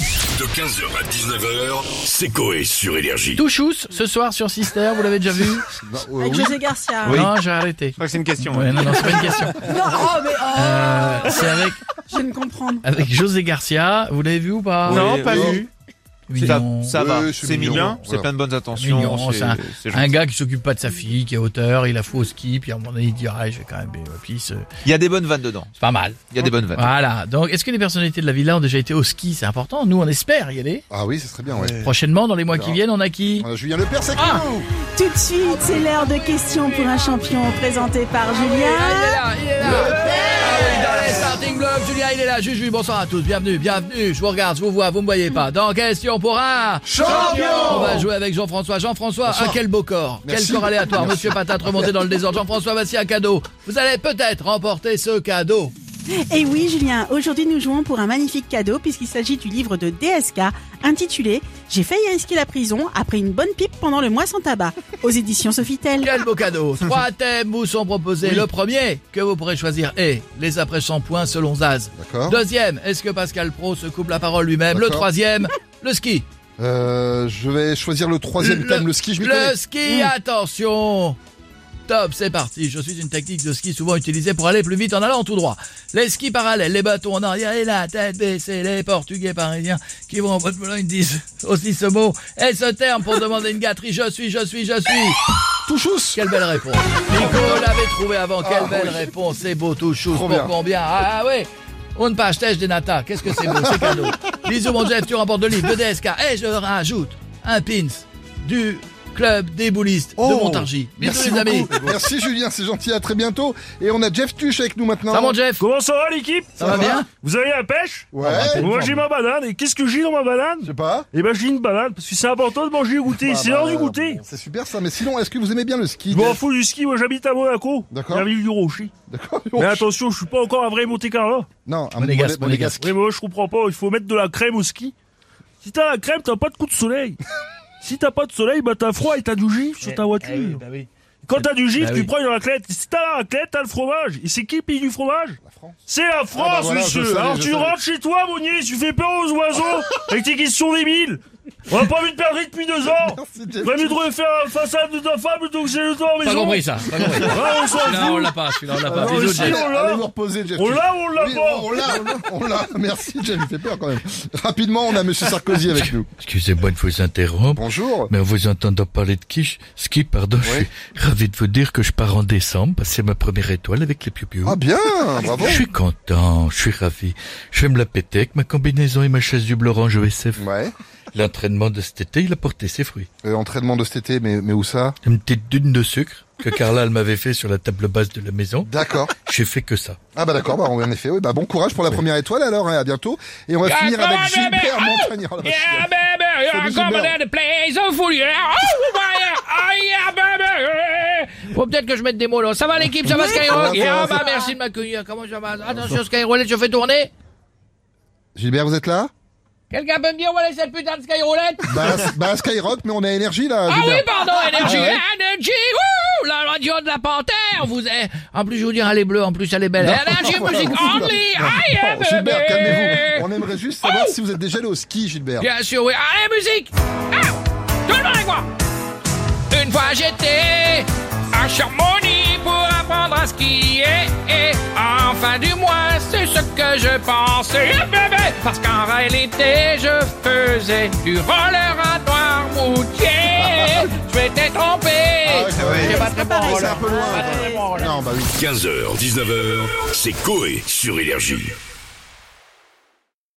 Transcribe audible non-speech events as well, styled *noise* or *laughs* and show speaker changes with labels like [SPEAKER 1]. [SPEAKER 1] De 15h à 19h, c'est Coé sur Énergie.
[SPEAKER 2] Touchous, ce soir sur Sister, vous l'avez déjà
[SPEAKER 3] *laughs*
[SPEAKER 2] vu
[SPEAKER 4] Bah, euh,
[SPEAKER 5] Avec José Garcia.
[SPEAKER 3] Ah. Oui.
[SPEAKER 2] Non, j'ai arrêté.
[SPEAKER 3] crois que c'est une question.
[SPEAKER 2] Ouais, non, non, c'est pas une
[SPEAKER 3] *laughs*
[SPEAKER 2] question.
[SPEAKER 5] Non, oh, mais oh,
[SPEAKER 2] Euh, c'est avec,
[SPEAKER 5] je viens de comprendre.
[SPEAKER 2] avec José Garcia, vous l'avez vu ou pas
[SPEAKER 3] Non, pas
[SPEAKER 4] oui.
[SPEAKER 3] vu. Ça,
[SPEAKER 2] Mignon.
[SPEAKER 3] ça
[SPEAKER 4] Ouais,
[SPEAKER 3] va,
[SPEAKER 4] c'est
[SPEAKER 3] c'est
[SPEAKER 4] mignon,
[SPEAKER 3] mignon,
[SPEAKER 4] voilà.
[SPEAKER 3] c'est plein de bonnes intentions.
[SPEAKER 2] Mignon,
[SPEAKER 3] c'est-
[SPEAKER 2] ça.
[SPEAKER 3] c'est gentil.
[SPEAKER 2] Un gars qui s'occupe pas de sa fille, qui est auteur, il a fou au ski, puis à un moment donné il dit ah je vais quand même et puis c'est
[SPEAKER 3] Il y a des bonnes vannes dedans.
[SPEAKER 2] c'est pas mal.
[SPEAKER 3] Il y a des bonnes vannes.
[SPEAKER 2] Voilà. Donc est-ce que les personnalités de la villa ont déjà été au ski C'est important. Nous on espère y aller.
[SPEAKER 4] Ah oui, ce serait bien, ouais.
[SPEAKER 2] Prochainement dans les mois qui
[SPEAKER 4] Ah.
[SPEAKER 2] viennent on a qui
[SPEAKER 4] Voilà, Julien Lepers avec
[SPEAKER 2] Ah.
[SPEAKER 4] nous
[SPEAKER 5] Tout de suite, c'est l'heure de questions pour un champion présenté par Julien.
[SPEAKER 2] Ah, il est là. Ah dans les starting blocks, Julien, il est là. Juju, bonsoir à tous. Bienvenue, bienvenue. Je vous regarde, je vous vois, vous me voyez pas. Dans question pour un champion. On va jouer avec Jean-François. Jean-François, ah, quel beau corps.
[SPEAKER 4] Merci.
[SPEAKER 2] Quel corps aléatoire. Monsieur Patate remonté dans le désordre. Jean-François, voici un cadeau. Vous allez peut-être remporter ce cadeau.
[SPEAKER 5] Et oui, Julien, aujourd'hui nous jouons pour un magnifique cadeau puisqu'il s'agit du livre de DSK intitulé J'ai failli risquer la prison après une bonne pipe pendant le mois sans tabac aux éditions Sofitel.
[SPEAKER 2] Quel beau
[SPEAKER 4] *laughs*
[SPEAKER 2] cadeau Trois thèmes vous sont proposés. Le premier que vous pourrez choisir est les après-shampoings selon Zaz.
[SPEAKER 4] D'accord.
[SPEAKER 2] Deuxième, est-ce que Pascal Pro se coupe la parole lui-même Le
[SPEAKER 4] Hein D'accord.
[SPEAKER 2] troisième, le ski.
[SPEAKER 4] Euh, je vais choisir le troisième
[SPEAKER 2] Le-
[SPEAKER 4] thème, le ski, je m'y connais.
[SPEAKER 2] Le ski, attention Top, c'est parti. Je suis une technique de ski souvent utilisée pour aller plus vite en allant tout droit. Les skis parallèles, les bâtons en arrière et la tête baissée. Les Portugais parisiens qui vont en bonne Pologne disent aussi ce mot et ce terme pour demander une gâterie. Je suis, je suis, je suis.
[SPEAKER 4] Touchous
[SPEAKER 2] Quelle belle réponse. Nico l'avait trouvé avant. Quelle
[SPEAKER 4] Ah,
[SPEAKER 2] belle
[SPEAKER 4] oui.
[SPEAKER 2] réponse. C'est beau, tout chou.
[SPEAKER 4] Trop
[SPEAKER 2] Pour
[SPEAKER 4] bien.
[SPEAKER 2] combien Ah, ah oui. On ne pas des natas. Qu'est-ce que c'est beau, c'est *laughs* cadeau. Bisous, mon Jeff, tu remportes le livre de DSK. Et je rajoute un pins du club des boulistes de
[SPEAKER 4] Oh,
[SPEAKER 2] Montargis. Bisous,
[SPEAKER 4] Merci
[SPEAKER 2] les amis.
[SPEAKER 4] beaucoup. Merci Julien, c'est gentil, à très bientôt. Et on a Jeff Tuch avec nous maintenant.
[SPEAKER 2] Ça, mon Jeff
[SPEAKER 6] Comment ça va l'équipe
[SPEAKER 2] Ça va bien
[SPEAKER 6] Vous avez la pêche
[SPEAKER 4] Ouais,
[SPEAKER 6] Moi j'ai ma banane et qu'est-ce que j'ai dans ma
[SPEAKER 4] je
[SPEAKER 6] banane
[SPEAKER 4] sais pas.
[SPEAKER 6] Eh ben j'ai une banane parce que c'est important de manger et goûter,
[SPEAKER 4] Ah,
[SPEAKER 6] c'est
[SPEAKER 4] bah,
[SPEAKER 6] l'heure du
[SPEAKER 4] euh,
[SPEAKER 6] goûter
[SPEAKER 4] bon, C'est super ça, mais sinon, est-ce que vous aimez bien le ski
[SPEAKER 6] Je m'en
[SPEAKER 4] Jeff
[SPEAKER 6] fous du ski, moi j'habite à Monaco,
[SPEAKER 4] D'accord.
[SPEAKER 6] la ville du Rocher.
[SPEAKER 4] D'accord.
[SPEAKER 6] Mais attention, je suis pas encore un vrai Monte Carlo.
[SPEAKER 4] Non, un
[SPEAKER 2] Monégasque,
[SPEAKER 4] Moné- monégasque.
[SPEAKER 6] Mais moi je comprends pas, il faut mettre de la crème au ski. Si t'as la crème, t'as pas de coup
[SPEAKER 4] *laughs*
[SPEAKER 6] de soleil. si t'as pas de soleil, bah t'as froid et t'as du gif
[SPEAKER 2] Eh,
[SPEAKER 6] sur ta voiture. Quand t'as du gif,
[SPEAKER 2] Bah
[SPEAKER 6] tu
[SPEAKER 2] oui.
[SPEAKER 6] prends une raclette. Si t'as la raclette, t'as le fromage. Et c'est qui le pays du fromage
[SPEAKER 4] La France.
[SPEAKER 6] C'est la France,
[SPEAKER 4] Ah bah voilà,
[SPEAKER 6] monsieur
[SPEAKER 4] je savais,
[SPEAKER 6] Alors
[SPEAKER 4] je
[SPEAKER 6] tu
[SPEAKER 4] savais.
[SPEAKER 6] rentres chez toi, Monnier, tu fais peur aux
[SPEAKER 4] *laughs*
[SPEAKER 6] oiseaux avec tes questions débiles On a pas vu de perdre depuis deux ans
[SPEAKER 4] Merci, Jeff
[SPEAKER 6] T'aurais mieux de
[SPEAKER 4] Tuch.
[SPEAKER 6] refaire la façade de ta femme plutôt que chez le toi, mais
[SPEAKER 2] Pas compris ça. Pas compris.
[SPEAKER 6] Ah, on s'en
[SPEAKER 2] Celui-là, on
[SPEAKER 6] fout
[SPEAKER 2] l'a pas. Celui-là, on l'a
[SPEAKER 4] Ah,
[SPEAKER 2] pas.
[SPEAKER 6] non,
[SPEAKER 2] Bisous,
[SPEAKER 6] mais si,
[SPEAKER 2] Jeff.
[SPEAKER 6] on l'a.
[SPEAKER 4] Allez vous reposer, Jeff
[SPEAKER 6] On
[SPEAKER 4] Tuch.
[SPEAKER 6] l'a ou on l'a
[SPEAKER 4] Oui,
[SPEAKER 6] pas
[SPEAKER 4] on l'a, on l'a, on l'a. Merci, Jeff, il fait peur quand même. Rapidement, on a Monsieur Sarkozy avec nous.
[SPEAKER 7] Excusez-moi de vous interrompre,
[SPEAKER 4] Bonjour.
[SPEAKER 7] mais en vous entendant parler de quiche, ski, pardon, je suis ravi de vous dire que je pars en décembre, parce que c'est ma première étoile avec les piou
[SPEAKER 4] Ah bien, bravo.
[SPEAKER 7] Je suis content, je suis ravi. Je vais me la péter avec ma combinaison et ma chaise du bleu orange OSF.
[SPEAKER 4] Ouais.
[SPEAKER 7] L'entraînement de cet été, il a porté ses fruits.
[SPEAKER 4] Euh, entraînement de cet été, mais, mais où ça
[SPEAKER 7] Une petite dune de sucre que Carla elle m'avait fait sur la table basse de la maison.
[SPEAKER 4] D'accord.
[SPEAKER 7] J'ai fait que ça.
[SPEAKER 4] Ah bah d'accord, bah en effet, oui, bah bon courage pour la première étoile alors, hein, à bientôt. Et on va finir avec Gilbert Montagnard. Oh, la vache.
[SPEAKER 2] Ah,
[SPEAKER 8] Yeah, baby,
[SPEAKER 4] Salut,
[SPEAKER 8] you're coming
[SPEAKER 4] Gilbert.
[SPEAKER 8] in the place of fool. Yeah. Oh, yeah, oh, yeah, baby.
[SPEAKER 2] ah, Faut peut-être que je mette des mots là. Ça va l'équipe, ça va Skyrock
[SPEAKER 4] Oui, ça va,
[SPEAKER 2] Ah
[SPEAKER 4] ça va.
[SPEAKER 2] bah merci de m'accueillir. Comment ça va Attention Skyrock, je fais tourner.
[SPEAKER 4] Gilbert, vous êtes là
[SPEAKER 2] Quelqu'un peut me dire où est cette putain de Skyroulette
[SPEAKER 4] *laughs* bah, s- bah Skyrock, mais on a énergie là.
[SPEAKER 2] Ah oui,
[SPEAKER 4] Gilbert.
[SPEAKER 2] pardon, Energy,
[SPEAKER 4] Ah ouais.
[SPEAKER 2] Energy, wouh, la radio de la panthère, vous êtes... En plus, je vais vous dire, elle est bleue, en plus, elle est belle.
[SPEAKER 4] *laughs*
[SPEAKER 2] Energy
[SPEAKER 4] voilà,
[SPEAKER 2] Music
[SPEAKER 4] vous-
[SPEAKER 2] Only, I am
[SPEAKER 4] Oh, Bon, Gilbert,
[SPEAKER 2] baby.
[SPEAKER 4] calmez-vous. On aimerait juste savoir si vous êtes déjà allé au ski, Gilbert.
[SPEAKER 2] Bien sûr, oui. Allez, musique Ah Tout le monde avec moi Une fois j'étais à Chamonix pour apprendre à skier. Et enfin, du moins, c'est ce que je pensais, Eh, bébé. Parce qu'en réalité, je faisais du roller à Noirmoutier. je m'étais trompé.
[SPEAKER 4] Ah ouais, c'est vrai.
[SPEAKER 2] J'ai pas
[SPEAKER 3] Oh,
[SPEAKER 2] très bon
[SPEAKER 4] C'est
[SPEAKER 2] roller.
[SPEAKER 5] Ah,
[SPEAKER 4] un peu loin. bah
[SPEAKER 2] Pas très bon roller.
[SPEAKER 4] Non, bah oui.
[SPEAKER 1] 15h, 19h, c'est Coé sur Énergie.